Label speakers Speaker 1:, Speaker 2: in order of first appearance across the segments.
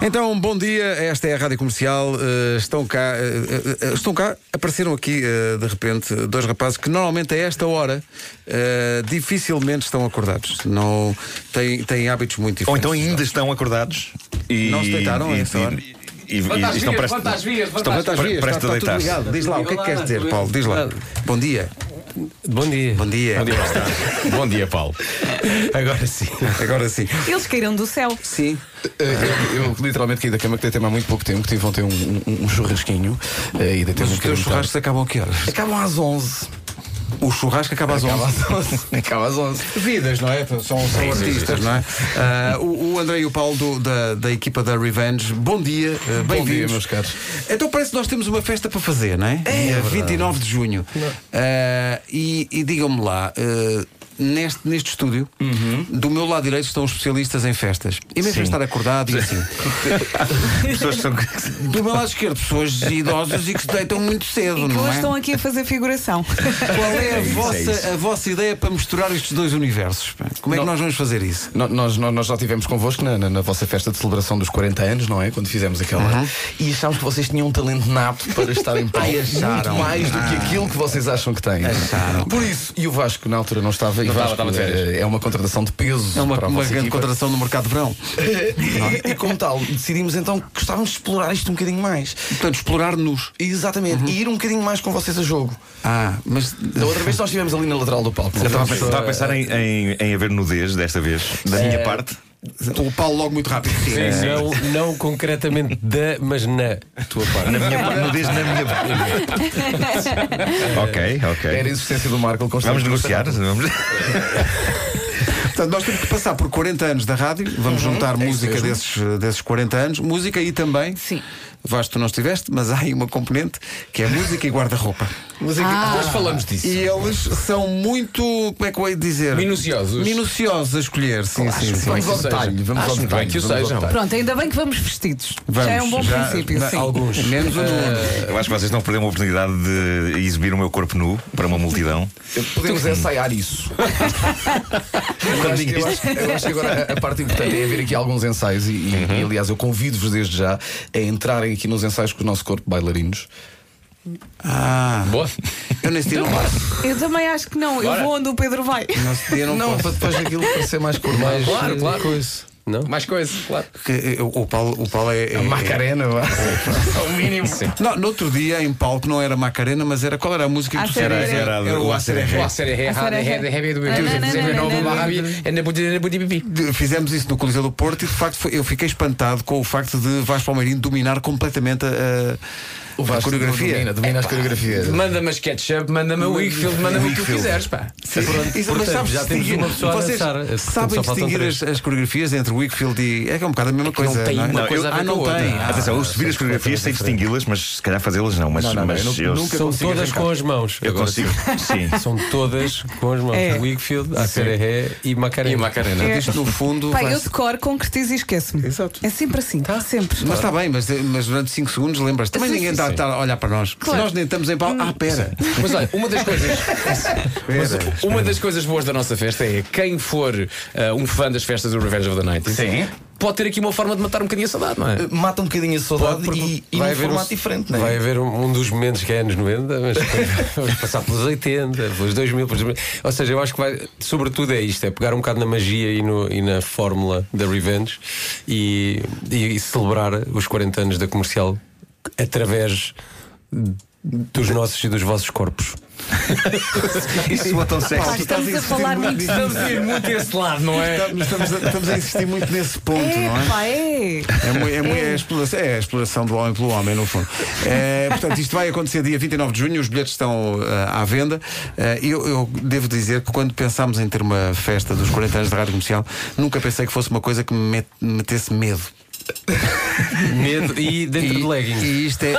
Speaker 1: Então, bom dia, esta é a Rádio Comercial. eh, estão cá, eh, eh, estão cá, apareceram aqui eh, de repente dois rapazes que normalmente a esta hora eh, dificilmente estão acordados. Não têm, têm hábitos muito
Speaker 2: Ou
Speaker 1: diferentes.
Speaker 2: então ainda estão acordados e.
Speaker 1: Não se deitaram a
Speaker 2: e,
Speaker 1: essa hora?
Speaker 2: e, e, e,
Speaker 3: Quantas
Speaker 2: e estão
Speaker 3: vias,
Speaker 2: prestes-
Speaker 3: quantas vias,
Speaker 1: Estão
Speaker 3: quantas
Speaker 1: quantas
Speaker 2: pre-
Speaker 1: vias?
Speaker 2: presta
Speaker 1: Está, está tudo
Speaker 2: deitar-se.
Speaker 1: ligado. Diz lá, o que é que queres dizer, Paulo? Diz lá. Bom dia.
Speaker 4: Bom dia.
Speaker 1: Bom dia.
Speaker 2: Bom dia, Paulo.
Speaker 4: Agora sim.
Speaker 1: Agora sim.
Speaker 5: Eles caíram do céu.
Speaker 1: Sim.
Speaker 6: Eh, Eu, eu literalmente caí da cama que deitei-me há muito pouco tempo. Tive ontem um, um, um churrasquinho eh, e deitei-me
Speaker 1: Mas
Speaker 6: um
Speaker 1: os teus
Speaker 6: bocadinho
Speaker 1: churrascos acabam a que horas?
Speaker 6: tarde. Acabam às 11.
Speaker 1: O churrasco acaba às 11.
Speaker 6: Acaba às 11. Acaba às 11.
Speaker 1: Vidas, não é? São, são artistas, não é? Ah, o, o André e o Paulo do- da, da equipa da Revenge, bom dia, ah,
Speaker 6: Bom
Speaker 1: bem-vindos.
Speaker 6: dia, meus caros.
Speaker 1: Então parece que nós temos uma festa para fazer, não é? Dia 29 de junho. Ah, e e digam-me lá. ah, Neste, neste estúdio, do meu lado direito estão os especialistas em festas. E mesmo
Speaker 2: Sim.
Speaker 1: estar acordado e assim.
Speaker 2: Pessoas que são.
Speaker 1: Do meu lado esquerdo, pessoas idosas e que se deitam muito cedo,
Speaker 5: E que
Speaker 1: não
Speaker 5: hoje
Speaker 1: é?
Speaker 5: estão aqui a fazer figuração.
Speaker 1: Qual é, a,
Speaker 2: É isso, é
Speaker 1: vossa,
Speaker 2: isso.
Speaker 1: a vossa ideia para misturar estes dois universos? pá? Como é que
Speaker 6: Não.
Speaker 1: nós vamos fazer isso?
Speaker 6: No- Nós, nós, nós já estivemos convosco na, na, na vossa festa de celebração dos 40 anos, não é? Quando fizemos aquela. E achámos que vocês tinham um talento nato para estar em palco. muito mais do que
Speaker 1: Ah.
Speaker 6: aquilo que vocês acham que têm. Por isso, e o Vasco na altura não estava. e o Vasco,
Speaker 2: estava, estava de férias.
Speaker 6: eh, é uma contratação de peso
Speaker 1: É uma,
Speaker 6: para a
Speaker 1: uma
Speaker 6: vossa
Speaker 1: grande
Speaker 6: equipa.
Speaker 1: contratação no mercado de verão.
Speaker 6: e como tal, decidimos então que gostávamos de explorar isto um bocadinho mais.
Speaker 1: Portanto, explorar-nos.
Speaker 6: Exatamente, e ir um bocadinho mais com vocês a jogo.
Speaker 1: Ah, mas.
Speaker 6: Da outra vez nós estivemos ali na lateral do palco.
Speaker 2: Eu estava a pensar, estava a pensar em, em, em haver nudez desta vez, da minha parte.
Speaker 1: O Paulo logo muito rápido. Sim.
Speaker 4: Não, não concretamente da, mas na tua parte.
Speaker 2: Na minha parte, nudez na minha parte. ok,
Speaker 6: Era a
Speaker 2: ok.
Speaker 6: existência do Marco
Speaker 2: Vamos
Speaker 6: constantemente.
Speaker 2: negociar? Vamos...
Speaker 1: Portanto, nós temos que passar por 40 anos da rádio, vamos
Speaker 5: Uhum.
Speaker 1: juntar
Speaker 5: É
Speaker 1: música desses, desses 40 anos, música e também.
Speaker 5: Sim.
Speaker 1: Vasco, tu não estiveste, mas há aí uma componente que é música e guarda-roupa.
Speaker 6: Mas é que
Speaker 5: Ah.
Speaker 6: depois falamos disso.
Speaker 1: E eles são muito, como é que eu hei de dizer?
Speaker 7: Minuciosos.
Speaker 1: Minuciosos a escolher, sim, sim, sim.
Speaker 6: Vamos ao
Speaker 7: que
Speaker 6: detalhe,
Speaker 7: seja.
Speaker 6: vamos ao
Speaker 7: Acho
Speaker 6: detalhe.
Speaker 7: bem que o
Speaker 6: vamos ao
Speaker 7: sejam.
Speaker 6: detalhe.
Speaker 5: Pronto, ainda bem que vamos vestidos. já é um bom
Speaker 1: já-
Speaker 5: princípio,
Speaker 1: na-
Speaker 5: sim.
Speaker 1: Alguns. Menos um. o Nuno.
Speaker 2: Eu acho que vocês estão a perder uma oportunidade de exibir o meu corpo nu para uma multidão.
Speaker 6: Podemos ensaiar isso. eu, acho, eu acho- eu acho que agora a, a parte importante é haver aqui alguns ensaios e, e- e, aliás, eu convido-vos desde já a entrarem aqui nos ensaios com o nosso corpo de bailarinos.
Speaker 1: Ah,
Speaker 7: Boa.
Speaker 1: eu nesse dia não passo.
Speaker 5: Eu também acho que não. Eu
Speaker 7: Bora.
Speaker 5: vou onde o Pedro vai.
Speaker 1: Nesse dia não,
Speaker 6: Não,
Speaker 1: posso.
Speaker 6: para depois aquilo parecer mais cor mais.
Speaker 7: Claro, claro.
Speaker 4: Coisa, não?
Speaker 7: Mais coisas, claro.
Speaker 1: Porque, eh, o Paulo, o Paulo é, é, é-
Speaker 6: Macarena, vá.
Speaker 7: Ao mínimo.
Speaker 1: Não, no outro dia em palco não era Macarena, mas era qual era a música que tu
Speaker 5: Acereré.
Speaker 1: disseste?
Speaker 2: Era- era
Speaker 1: o
Speaker 2: o
Speaker 1: Acereré.
Speaker 7: Posso ser errado,
Speaker 5: Hacer
Speaker 7: errado, errado, errado,
Speaker 5: Na, na, na, na, na, na, na.
Speaker 7: errado,
Speaker 1: De- Fizemos isso no Coliseu do Porto e de facto foi- eu fiquei espantado com o facto de Vasco Palmeirinho dominar completamente a, a-
Speaker 6: O
Speaker 1: a
Speaker 6: Vasco
Speaker 1: coreografia.
Speaker 6: domina, domina as coreografias.
Speaker 7: Manda-me as ketchup, manda-me a Wickfield, manda-me o que tu
Speaker 2: Wickfield.
Speaker 7: quiseres, pá.
Speaker 1: Sim, isso- mas
Speaker 4: É portanto,
Speaker 1: sabes
Speaker 4: já temos
Speaker 1: distinguir-
Speaker 4: uma pessoa a
Speaker 1: vocês
Speaker 4: dançar, eh, portanto,
Speaker 1: sabem
Speaker 4: só faltam
Speaker 1: distinguir
Speaker 4: três.
Speaker 1: as, as coreografias entre Wickfield e. É que é um bocado a mesma coisa.
Speaker 7: tem
Speaker 1: não é?
Speaker 7: uma
Speaker 1: Não,
Speaker 2: coisa
Speaker 1: eu-
Speaker 7: a ver
Speaker 1: ah,
Speaker 7: com
Speaker 1: não
Speaker 7: a outra.
Speaker 1: tem. Ah,
Speaker 2: Atenção, eu subir as coreografias sei distingui-las, mas se calhar fazê-las não. Mas,
Speaker 6: Não, não, não,
Speaker 2: mas
Speaker 6: eu
Speaker 2: eu,
Speaker 6: nunca
Speaker 4: São
Speaker 6: consigo
Speaker 4: todas
Speaker 6: arrancar.
Speaker 4: com as mãos.
Speaker 2: eu
Speaker 4: Agora,
Speaker 2: consigo. Sim.
Speaker 4: São todas com as mãos.
Speaker 5: É.
Speaker 4: Wickfield, Acereré e Macarena.
Speaker 7: E Macarena.
Speaker 1: portanto, isto no fundo.
Speaker 5: Pá,
Speaker 1: vai-
Speaker 5: eu decoro, concretizo e esqueço-me. Exato. É sempre assim.
Speaker 1: Tá.
Speaker 5: Sempre.
Speaker 1: Mas está bem, mas, mas durante 5 segundos lembras-te. Também
Speaker 5: Sim,
Speaker 1: ninguém
Speaker 5: sim,
Speaker 1: está
Speaker 5: sim.
Speaker 1: está a olhar para nós.
Speaker 5: Claro.
Speaker 1: Se nós nem estamos em pau. Ah, pera.
Speaker 7: Mas olha, uma das coisas.
Speaker 1: Pera.
Speaker 7: Uma das coisas boas da nossa festa é quem for ah, um fã das festas do Revenge of the Night
Speaker 6: Sim.
Speaker 7: pode ter aqui uma forma de matar um bocadinho a saudade, não é?
Speaker 6: Mata um bocadinho a saudade
Speaker 4: Pode,
Speaker 6: e,
Speaker 4: porque
Speaker 6: e num
Speaker 4: um-
Speaker 6: formato diferente, não é?
Speaker 4: vai haver um, um dos momentos que é anos 90, mas vamos passar pelos 80, pelos 2000, pelos 2000. Ou seja, eu acho que vai, sobretudo é isto: é pegar um bocado na magia e, no- e na fórmula da Revenge e, e celebrar os 40 anos da comercial através dos nossos e dos vossos corpos.
Speaker 2: Isso soa tão
Speaker 5: Pá,
Speaker 2: sexy.
Speaker 5: estamos a
Speaker 1: insistir
Speaker 5: falar
Speaker 1: muito
Speaker 5: nisso.
Speaker 1: nisso.
Speaker 7: Estamos a ir muito esse lado, não é?
Speaker 1: Estamos, estamos a, estamos a insistir muito nesse ponto, não é?
Speaker 5: É, pá, é.
Speaker 1: É, mui- é, mui- é a exploração, é a exploração do homem pelo homem, no fundo. É, portanto, isto vai acontecer dia 29 de junho, os bilhetes estão ah, à venda. Ah, eu, eu devo dizer que quando pensámos em ter uma festa dos 40 anos da rádio comercial, nunca pensei que fosse uma coisa que me met- me metesse medo.
Speaker 4: Medo e dentro de leggings.
Speaker 1: e isto é.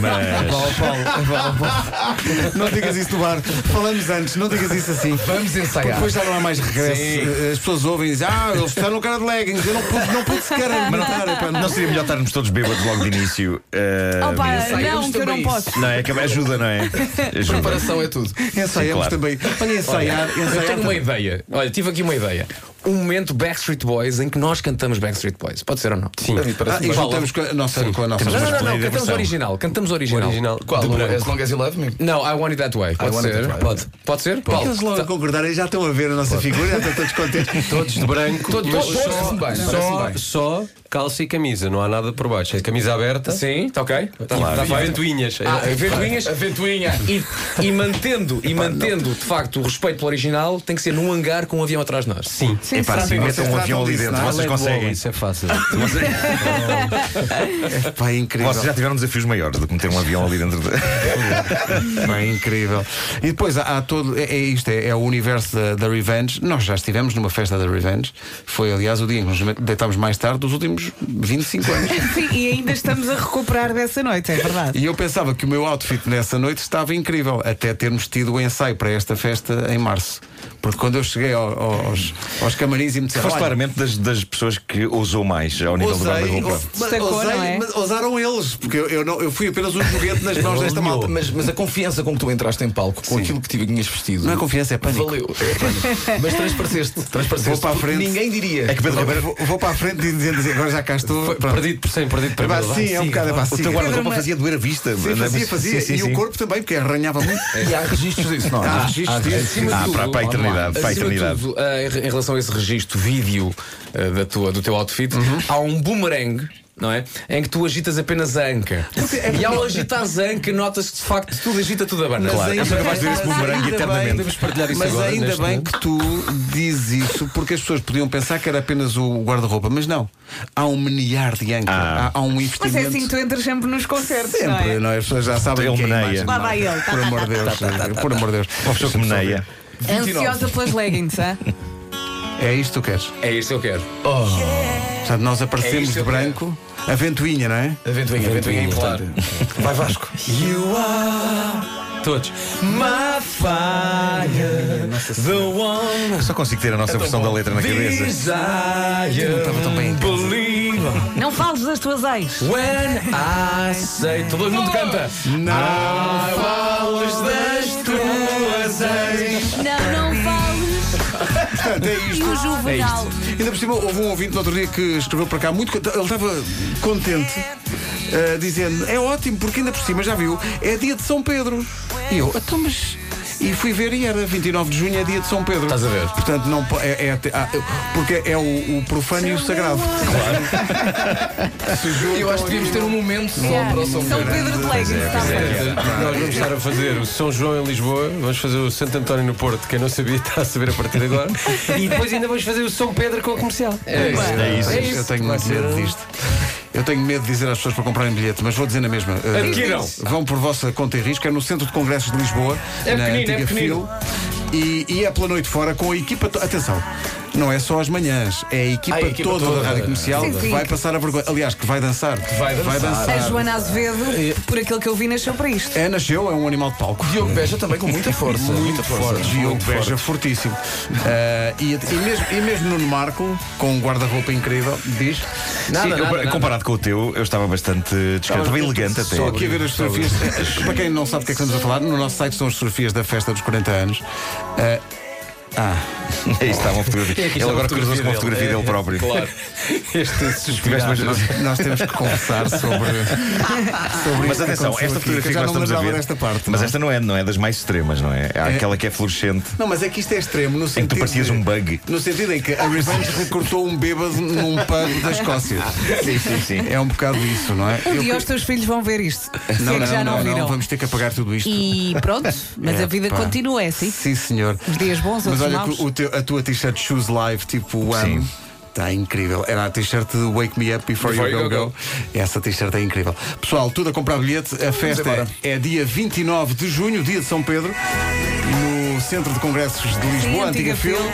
Speaker 2: Mas
Speaker 1: Paulo, Paulo, Paulo, Paulo. Não digas isso no bar. Falamos antes, não digas isso assim.
Speaker 6: Vamos
Speaker 1: Porque
Speaker 6: ensaiar.
Speaker 1: depois já não há mais regresso. Eh, As pessoas ouvem e dizem, ah, eles fizeram cara de leggings, eu não pude, não pude sequer notar. epá, não
Speaker 2: não seria melhor estarmos todos bêbados logo de início? Eh,
Speaker 5: Oh, pá, não,
Speaker 6: Ensaiamos
Speaker 5: que eu não
Speaker 6: também
Speaker 5: posso.
Speaker 2: Não, é que ajuda, não é? Ajuda.
Speaker 6: Preparação é tudo.
Speaker 1: Ensaiamos
Speaker 2: Sim, claro.
Speaker 1: também. Olha, ensaiar,
Speaker 7: Eu
Speaker 1: ensaiar.
Speaker 7: tenho uma ideia. Olha, tive aqui uma ideia. um momento Backstreet Boys em que nós cantamos Backstreet Boys. Pode ser ou não? Sim.
Speaker 1: Ah, e juntamos com a nossa, com a nossa
Speaker 7: Não, não, não,
Speaker 2: Mas
Speaker 7: não,
Speaker 2: por aí a
Speaker 7: cantamos
Speaker 2: versão.
Speaker 7: original. Cantamos original.
Speaker 4: Original.
Speaker 6: Qual? É
Speaker 4: De
Speaker 6: O
Speaker 4: branco.
Speaker 6: As Long As You Love Me?
Speaker 7: Não, I Want It That Way. Pode
Speaker 6: Want It
Speaker 7: ser?
Speaker 6: That Way.
Speaker 7: Pode. Pode Tá. ser?
Speaker 1: Porque
Speaker 7: Paulo,
Speaker 1: eles logo a concordar e já estão a ver a nossa figura, já estão todos contentes.
Speaker 4: Todos de branco,
Speaker 7: Todos-
Speaker 4: mas
Speaker 7: todos assim
Speaker 4: só,
Speaker 7: bem,
Speaker 4: só, só calça e camisa, não há nada por baixo. É camisa aberta
Speaker 7: Sim, está ok? Está
Speaker 4: e, e ventoinhas. É,
Speaker 7: Ah, ventoinhas.
Speaker 6: ventoinha.
Speaker 7: E, e mantendo, e mantendo de facto o respeito pelo original, tem que ser num hangar com um avião atrás de nós.
Speaker 4: Sim,
Speaker 5: Sim,
Speaker 2: Epá,
Speaker 5: sim.
Speaker 2: se metam um
Speaker 1: tratam
Speaker 2: avião ali
Speaker 1: disso,
Speaker 2: dentro,
Speaker 1: não é?
Speaker 2: vocês
Speaker 4: Além de bola,
Speaker 2: conseguem.
Speaker 4: Isso é fácil.
Speaker 1: Pá, é incrível.
Speaker 2: Vocês já tiveram desafios maiores do que meter um avião ali dentro de...
Speaker 1: Pá, é incrível. E depois há, há todo. É, é isto, é, é o universo da, da Revenge. Nós já estivemos numa festa da Revenge. Foi, aliás, o dia em que nos deitámos mais tarde dos últimos 25 anos.
Speaker 5: Sim, e ainda estamos a recuperar dessa noite, é verdade.
Speaker 1: E eu pensava que o meu outfit nessa noite estava incrível, até termos tido o ensaio para esta festa em março. Porque quando eu cheguei ao- ao- aos, aos camarins e me disseram.
Speaker 2: Foste
Speaker 1: "Olha,
Speaker 2: claramente das, das pessoas que ousou mais ao nível do
Speaker 1: Ousei,
Speaker 2: guarda-roupa.
Speaker 1: mas
Speaker 5: Destacou,
Speaker 1: ousei,
Speaker 5: não é?
Speaker 1: mas ousaram eles, porque eu, eu não, eu fui apenas um joguete nas mãos desta malta.
Speaker 6: Mas, mas a confiança com que tu entraste em palco, com aquilo que tinhas vestido.
Speaker 1: Não é confiança, é pânico.
Speaker 6: Valeu. mas transpareceste. transpareceste.
Speaker 1: Vou para a
Speaker 6: Porque
Speaker 1: frente.
Speaker 6: Ninguém diria.
Speaker 2: É que Pedro Ribeiro
Speaker 1: Vou, vou para a frente e dizer, dizer, agora já cá estou. pronto.
Speaker 4: Perdido por 100, perdido por
Speaker 1: É pá,
Speaker 4: mil.
Speaker 1: sim, é um bocado é pá,
Speaker 2: O
Speaker 1: sim.
Speaker 2: teu guarda-roupa
Speaker 5: Pedro,
Speaker 2: fazia doer a vista. é?
Speaker 1: Sim, fazia, fazia.
Speaker 2: Sim, sim,
Speaker 1: e
Speaker 2: sim.
Speaker 1: o corpo também, porque arranhava muito.
Speaker 6: E há registros disso, não
Speaker 1: Há
Speaker 6: há?
Speaker 1: registros disso.
Speaker 7: Acima de
Speaker 2: Ah,
Speaker 7: tudo-
Speaker 2: para- para a eternidade, para a
Speaker 7: acima de
Speaker 2: eternidade.
Speaker 7: tudo, ah, em relação a esse registro vídeo ah, da tua, do teu outfit,
Speaker 2: Uhum.
Speaker 7: há um boomerang. Não é? Em que tu agitas apenas a anca.
Speaker 2: é
Speaker 7: E ao agitares a anca, notas que de facto tudo agita tudo a banana.
Speaker 2: Claro. eu sou capaz de ver esse boomerang
Speaker 1: ainda
Speaker 2: eternamente.
Speaker 1: bem-
Speaker 4: partilhar isso
Speaker 1: mas
Speaker 4: agora,
Speaker 1: ainda
Speaker 4: neste
Speaker 1: bem
Speaker 4: momento.
Speaker 1: que tu dizes isso, porque as pessoas podiam pensar que era apenas o guarda-roupa, mas não. Há um menear de anca,
Speaker 2: Ah.
Speaker 1: há, há um
Speaker 5: Mas é
Speaker 1: investimento.
Speaker 5: assim que tu entras sempre nos concertos, não
Speaker 1: Sempre,
Speaker 5: é?
Speaker 1: não é? As pessoas já sabem
Speaker 2: Ele
Speaker 1: que é a
Speaker 2: meneia.
Speaker 1: imagem,
Speaker 2: Lá
Speaker 1: não é?
Speaker 5: vai ele.
Speaker 1: Por amor de Deus, né? por amor de Deus.
Speaker 2: Uma pessoa que meneia.
Speaker 5: Ansiosa pelas leggings, hã?
Speaker 1: É isto que tu queres.
Speaker 7: É isso que eu quero.
Speaker 1: Portanto, nós
Speaker 7: É
Speaker 1: aparecemos
Speaker 7: isto
Speaker 1: de
Speaker 7: que eu quero.
Speaker 1: branco, a ventoinha, não é?
Speaker 6: A ventoinha, a ventoinha é importante. Vai Vasco.
Speaker 7: You are todos my fire, the one É
Speaker 2: Só consigo ter a nossa versão da letra na cabeça.
Speaker 7: desire.
Speaker 1: estava tão bem em casa.
Speaker 7: Believe
Speaker 5: Não fales das tuas ex.
Speaker 7: when I say. Todo mundo canta. Não falas das tuas ex.
Speaker 3: Não, não fales.
Speaker 1: Portanto, é
Speaker 3: E
Speaker 1: isto.
Speaker 3: o Juvenal.
Speaker 1: Ainda por cima, houve um ouvinte no outro dia que escreveu para cá muito. cont- Ele estava contente, eh, dizendo: é ótimo, porque ainda por cima, já viu, é dia de São Pedro. E eu, então, mas. E fui ver e era 29 de junho, é dia de São Pedro. Estás
Speaker 7: a ver?
Speaker 1: Portanto, não, po- é, é até- ah, porque é o, o profano e o sagrado.
Speaker 6: Eu acho que devíamos ter um momento só para o São
Speaker 5: São
Speaker 6: Pedro.
Speaker 5: Pedro de É leggings, está bem.
Speaker 4: Nós vamos estar a fazer o São João em Lisboa, vamos fazer o Santo António no Porto, quem não sabia está a saber a partir de agora, e depois ainda vamos fazer o São Pedro com a comercial.
Speaker 7: É isso.
Speaker 2: É isso.
Speaker 1: Eu tenho muito medo disto. Eu tenho medo de dizer às pessoas para comprarem bilhete, mas vou dizer na mesma. Eh,
Speaker 7: Adquiram.
Speaker 1: Vão por vossa conta e risco, é no Centro de Congressos de Lisboa,
Speaker 7: É
Speaker 1: na
Speaker 7: pequenino,
Speaker 1: antiga
Speaker 7: é
Speaker 1: Fil.
Speaker 7: pequenino.
Speaker 1: E, e é pela noite fora com a equipa. to- Atenção, não é só as manhãs, é a equipa,
Speaker 6: Ah, a equipa
Speaker 1: toda,
Speaker 6: toda.
Speaker 1: da Rádio Comercial
Speaker 5: Sim,
Speaker 1: que
Speaker 5: sim.
Speaker 1: vai passar a vergonha. Aliás, que vai dançar.
Speaker 6: vai dançar.
Speaker 5: A É Joana Azevedo, por aquilo que eu vi, nasceu para isto.
Speaker 1: É, nasceu, é um animal de palco.
Speaker 6: Diogo Beja também com muita força. muita força.
Speaker 1: Diogo Beja, fortíssimo. Ah, e, e mesmo, e mesmo Nuno Marco, com um guarda-roupa incrível, diz.
Speaker 7: Nada,
Speaker 2: Sim, eu,
Speaker 7: nada, nada.
Speaker 2: comparado com o teu, eu estava bastante discreto. Estava elegante até.
Speaker 1: Só aqui a ver as fotografias. Eh, Para quem não sabe do que é que estamos a falar, no nosso site estão as fotografias da festa dos 40 anos. Eh,
Speaker 2: Aí está uma fotografia.
Speaker 7: aqui
Speaker 2: Ele
Speaker 7: está uma
Speaker 2: agora cruzou-se com uma fotografia
Speaker 7: fotografia
Speaker 2: dele próprio.
Speaker 7: Claro.
Speaker 4: Este
Speaker 2: Tiveste
Speaker 4: suspirar.
Speaker 2: mais-
Speaker 1: Ah, nós temos que conversar sobre. sobre
Speaker 2: Mas
Speaker 1: isto que
Speaker 2: atenção,
Speaker 1: aconteceu
Speaker 2: esta
Speaker 1: aqui, que
Speaker 2: fotografia
Speaker 1: É eu
Speaker 2: que
Speaker 1: já
Speaker 2: nós
Speaker 1: não me
Speaker 2: estamos a
Speaker 1: lembrava
Speaker 2: ver.
Speaker 1: desta parte.
Speaker 2: mas
Speaker 1: não?
Speaker 2: esta não é, não é das mais extremas, não é? Há aquela que é fluorescente.
Speaker 1: Não, mas é que isto é extremo no
Speaker 2: Em que
Speaker 1: sentido.
Speaker 2: tu parecias
Speaker 1: de-
Speaker 2: um bug.
Speaker 1: No sentido em que a Revenge recortou um bêbado num pub da Escócia.
Speaker 2: Sim, sim, sim.
Speaker 1: É um bocado isso, não é?
Speaker 5: Um dia
Speaker 1: Eu-
Speaker 5: os teus filhos vão ver isto. Se é que já não, viram.
Speaker 1: vamos ter que apagar tudo isto.
Speaker 3: E pronto, mas a vida
Speaker 1: Epá.
Speaker 3: continua, é assim.
Speaker 1: Sim, senhor.
Speaker 5: Os dias bons,
Speaker 1: Mas
Speaker 5: outros
Speaker 1: olha,
Speaker 5: maus.
Speaker 1: que o teu- a tua t-shirt Shoes Live, tipo One.
Speaker 2: Sim.
Speaker 1: Está incrível. Era a t-shirt de Wake Me Up Before, You Go Go. Essa t-shirt é incrível. Pessoal, tudo a comprar bilhete. A festa é dia 29 de junho, dia de São Pedro, no Centro de Congressos de Lisboa, Antiga
Speaker 5: Antiga
Speaker 1: Fil.
Speaker 5: Fil.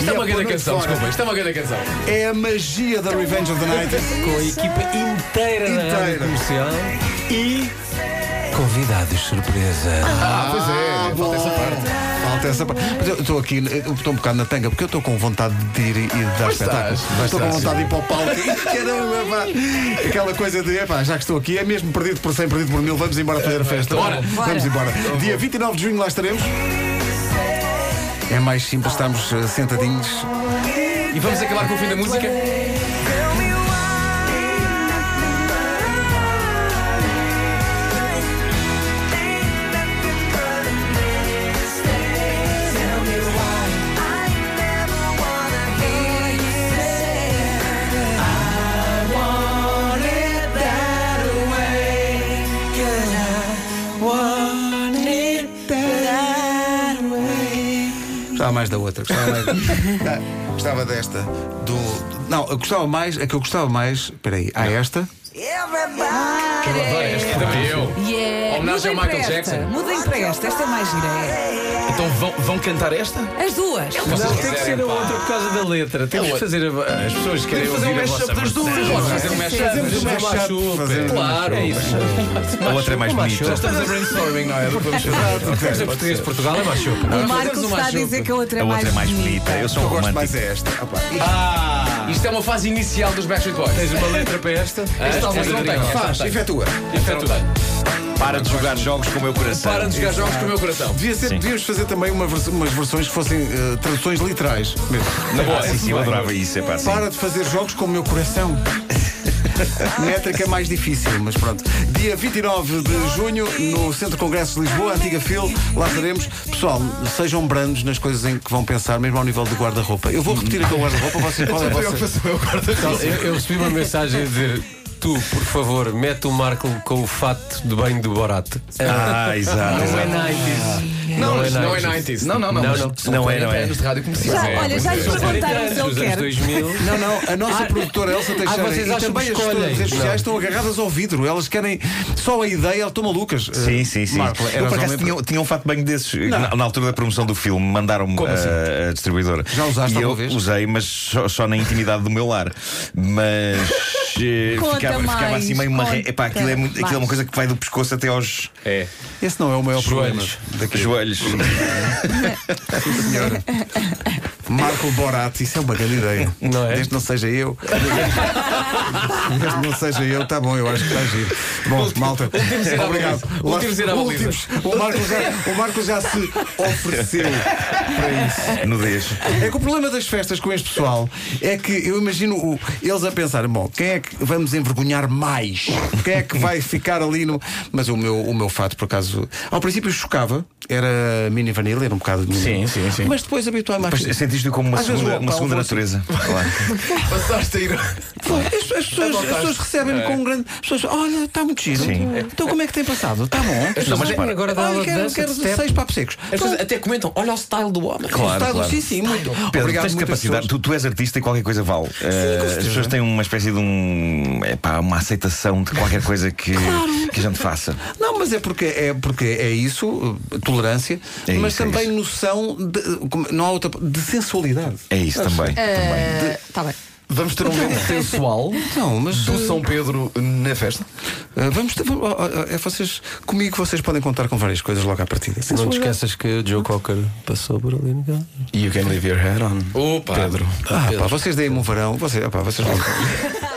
Speaker 7: Isto
Speaker 1: E
Speaker 7: é uma
Speaker 1: a
Speaker 7: grande
Speaker 1: noite
Speaker 7: canção,
Speaker 1: fora
Speaker 7: desculpa. Isto é uma grande canção.
Speaker 1: É a magia da Revenge of the Night.
Speaker 4: com a equipa inteira, da
Speaker 1: Inteira.
Speaker 4: rádio comercial e convidados surpresa.
Speaker 6: Ah, pois é. Falta essa parte.
Speaker 1: Falta essa parte. Mas eu estou aqui, eu estou um bocado na tanga, porque eu estou com vontade de ir e de dar espetáculo.
Speaker 6: estás, pois
Speaker 1: Estou com
Speaker 6: estás.
Speaker 1: vontade de ir para o palco. E, Caramba, pá. Aquela coisa de, epá, já que estou aqui, é mesmo perdido por 100, perdido por mil, vamos embora fazer a festa.
Speaker 7: Bora.
Speaker 1: Vamos embora. Dia 29 de junho lá estaremos. É mais simples estarmos eh, sentadinhos
Speaker 7: E vamos acabar com o fim da música?
Speaker 1: Gostava mais da outra. Gostava, mais... Ah, gostava desta. Do... Não, eu gostava mais. A que eu gostava mais. Espera aí. Há esta.
Speaker 7: Eu adoro esta, também
Speaker 5: é-
Speaker 7: eu.
Speaker 3: Yeah.
Speaker 7: Homenagem
Speaker 3: Mudem
Speaker 7: ao Michael
Speaker 3: para esta.
Speaker 7: Jackson.
Speaker 3: Mudem para esta, esta é mais gira.
Speaker 5: é.
Speaker 6: Então vão, vão cantar esta?
Speaker 3: As duas.
Speaker 7: Vocês
Speaker 4: Tem que
Speaker 7: quiserem,
Speaker 4: ser a
Speaker 7: pá.
Speaker 4: outra por causa da letra.
Speaker 7: É
Speaker 4: Temos que fazer a- as pessoas que querem
Speaker 6: fazer
Speaker 4: ouvir
Speaker 6: um
Speaker 4: a
Speaker 6: mashup
Speaker 4: vossa
Speaker 6: das duas.
Speaker 4: versão.
Speaker 7: Pode fazer um mashup.
Speaker 1: Fazemos um mashup. Fazemos um
Speaker 7: Claro. É isso.
Speaker 2: A outra é mais bonita.
Speaker 6: Estamos a brainstorming, não é? Do que vamos fazer.
Speaker 4: Mas a português de Portugal é mais show.
Speaker 5: O
Speaker 7: fazemos
Speaker 5: Marcos
Speaker 7: um
Speaker 5: está a
Speaker 7: mashup.
Speaker 5: dizer que a outra é
Speaker 2: A outra é mais bonita. Eu sou um
Speaker 1: Eu gosto
Speaker 2: romântico.
Speaker 1: mais é esta. Opa, isto-
Speaker 7: Isto é uma fase inicial dos Backstreet Boys.
Speaker 4: Tens uma letra para esta? é
Speaker 7: Esta talvez não tenha.
Speaker 1: Faz, efetua.
Speaker 7: Esta não tenha.
Speaker 2: Para de jogar jogos com o meu coração.
Speaker 7: Para de jogar jogos com o meu coração.
Speaker 1: Devia ser, devíamos fazer também uma vers- umas versões que fossem eh, traduções literais. Mesmo.
Speaker 2: Na boa. Sim, sim, eu adorava isso. É pá, sim.
Speaker 1: Para de fazer jogos com o meu coração. Métrica mais difícil, mas pronto. Dia 29 de junho, no Centro de Congressos de Lisboa, Antiga Fil, lá estaremos. Pessoal, sejam brandos nas coisas em que vão pensar, mesmo ao nível do guarda-roupa. Eu vou repetir aquele guarda-roupa, vocês podem. Vocês...
Speaker 4: Eu, eu recebi uma mensagem a dizer: Tu, por favor, mete o Marco com o fato de banho do Borat.
Speaker 2: Ah, exato. exato.
Speaker 4: Não,
Speaker 7: mas não é
Speaker 4: 90s.
Speaker 7: 90s.
Speaker 6: Não, não, não.
Speaker 4: Não,
Speaker 6: mas
Speaker 4: não,
Speaker 6: são
Speaker 2: não é,
Speaker 6: 40
Speaker 2: não é.
Speaker 6: anos de rádio comercial.
Speaker 5: Já,
Speaker 6: É,
Speaker 5: olha,
Speaker 6: pois
Speaker 5: já
Speaker 6: é.
Speaker 5: lhes perguntaram se
Speaker 4: Os
Speaker 5: ele
Speaker 4: anos
Speaker 5: quer.
Speaker 4: 2000.
Speaker 1: Não, não, a nossa produtora Elsa Teixeira
Speaker 4: Ah, vocês
Speaker 1: e
Speaker 4: acham
Speaker 1: também
Speaker 4: que
Speaker 1: as pessoas
Speaker 4: escolhem?
Speaker 1: das redes sociais estão agarradas ao vidro. Elas querem só a ideia, elas estão malucas.
Speaker 2: Sim, sim, sim.
Speaker 1: é? Marco,
Speaker 2: eu
Speaker 1: eras
Speaker 2: por acaso
Speaker 1: homem-
Speaker 2: tinha, tinha um fato de banho desses. Na, na altura da promoção do filme, mandaram-me
Speaker 4: Como
Speaker 2: a-
Speaker 4: assim?
Speaker 2: a, distribuidora.
Speaker 1: Já usaste
Speaker 2: e eu
Speaker 1: alguma vez?
Speaker 2: usei, mas só, só na intimidade do meu lar. Mas. eh,
Speaker 3: Conta
Speaker 2: ficava, ficava
Speaker 3: mais,
Speaker 2: assim meio marre...
Speaker 3: conta
Speaker 2: Epá, aquilo é, muito- aquilo é uma
Speaker 3: mais.
Speaker 2: coisa que vai do pescoço até aos
Speaker 7: É.
Speaker 1: Esse não é o maior
Speaker 4: Joelhos.
Speaker 2: joelhos.
Speaker 1: problema. Marco Borat, isso é uma grande ideia.
Speaker 4: Não é?
Speaker 1: Desde que não seja eu. Desde que não seja eu, tá bom, eu acho que está giro. Bom, malta.
Speaker 7: ir à
Speaker 1: Obrigado.
Speaker 7: baliza.
Speaker 1: Lá-
Speaker 7: Últimos ir à baliza.
Speaker 1: últimos. O Marco já- o Marco já se ofereceu para isso.
Speaker 2: Nudez.
Speaker 1: É que o problema das festas com este pessoal é que eu imagino o- eles a pensar: bom, quem é que vamos envergonhar mais? Quem é que vai ficar ali no. Mas o meu, o meu fato, por acaso, ao princípio chocava, era mini vanilla, era um bocado. de
Speaker 6: Sim, sim, sim.
Speaker 1: Mas depois habituei mais.
Speaker 2: Pois, Sentiste-o como uma
Speaker 1: Às vezes
Speaker 2: segunda,
Speaker 1: vou-
Speaker 2: uma
Speaker 1: pá,
Speaker 2: segunda
Speaker 1: vou- assim.
Speaker 2: natureza. Claro.
Speaker 7: Passaste a ir.
Speaker 1: As, as pessoas, as pessoas recebem-me com um grande. As pessoas, olha, está muito giro.
Speaker 2: Sim.
Speaker 1: Então como é que tem passado? Está bom.
Speaker 4: Não, mas agora dá
Speaker 1: Olha,
Speaker 4: aula de
Speaker 1: quero,
Speaker 4: dança
Speaker 1: quero
Speaker 4: de step.
Speaker 1: seis Então, papos secos.
Speaker 7: As pessoas até comentam: olha o style do
Speaker 1: é
Speaker 7: homem.
Speaker 2: Claro,
Speaker 1: Está
Speaker 2: claro.
Speaker 1: sim, sim, muito.
Speaker 2: Pedro,
Speaker 1: Obrigado,
Speaker 2: tens
Speaker 1: muitas
Speaker 2: capacidade.
Speaker 1: pessoas.
Speaker 2: Tu, tu és artista e qualquer coisa vale. Eh, as pessoas têm uma espécie de um. Epá, uma aceitação de qualquer coisa que, que a gente faça.
Speaker 1: Não, mas é porque é, porque é isso, eh, tolerância,
Speaker 2: É
Speaker 1: mas
Speaker 2: isso, é
Speaker 1: também
Speaker 2: isso.
Speaker 1: noção de, como- não há outra, de sensualidade.
Speaker 2: É isso também.
Speaker 5: Eh, Ah, tá
Speaker 3: Está bem.
Speaker 6: Vamos ter um momento sensual
Speaker 1: Então, Não, mas
Speaker 6: do
Speaker 1: eh,
Speaker 6: São Pedro na festa.
Speaker 1: eh, vamos, ter- vamos- ó, ó, é vocês comigo vocês podem contar com várias coisas logo à partida.
Speaker 4: Não te
Speaker 1: Sensualidade.
Speaker 4: esqueças que o Joe Cocker passou por ali no carro.
Speaker 6: You can leave your head on.
Speaker 7: Opa.
Speaker 6: Pedro.
Speaker 1: Ah, pá, vocês deem-me um varão, vocês, ah, pá, vocês vão.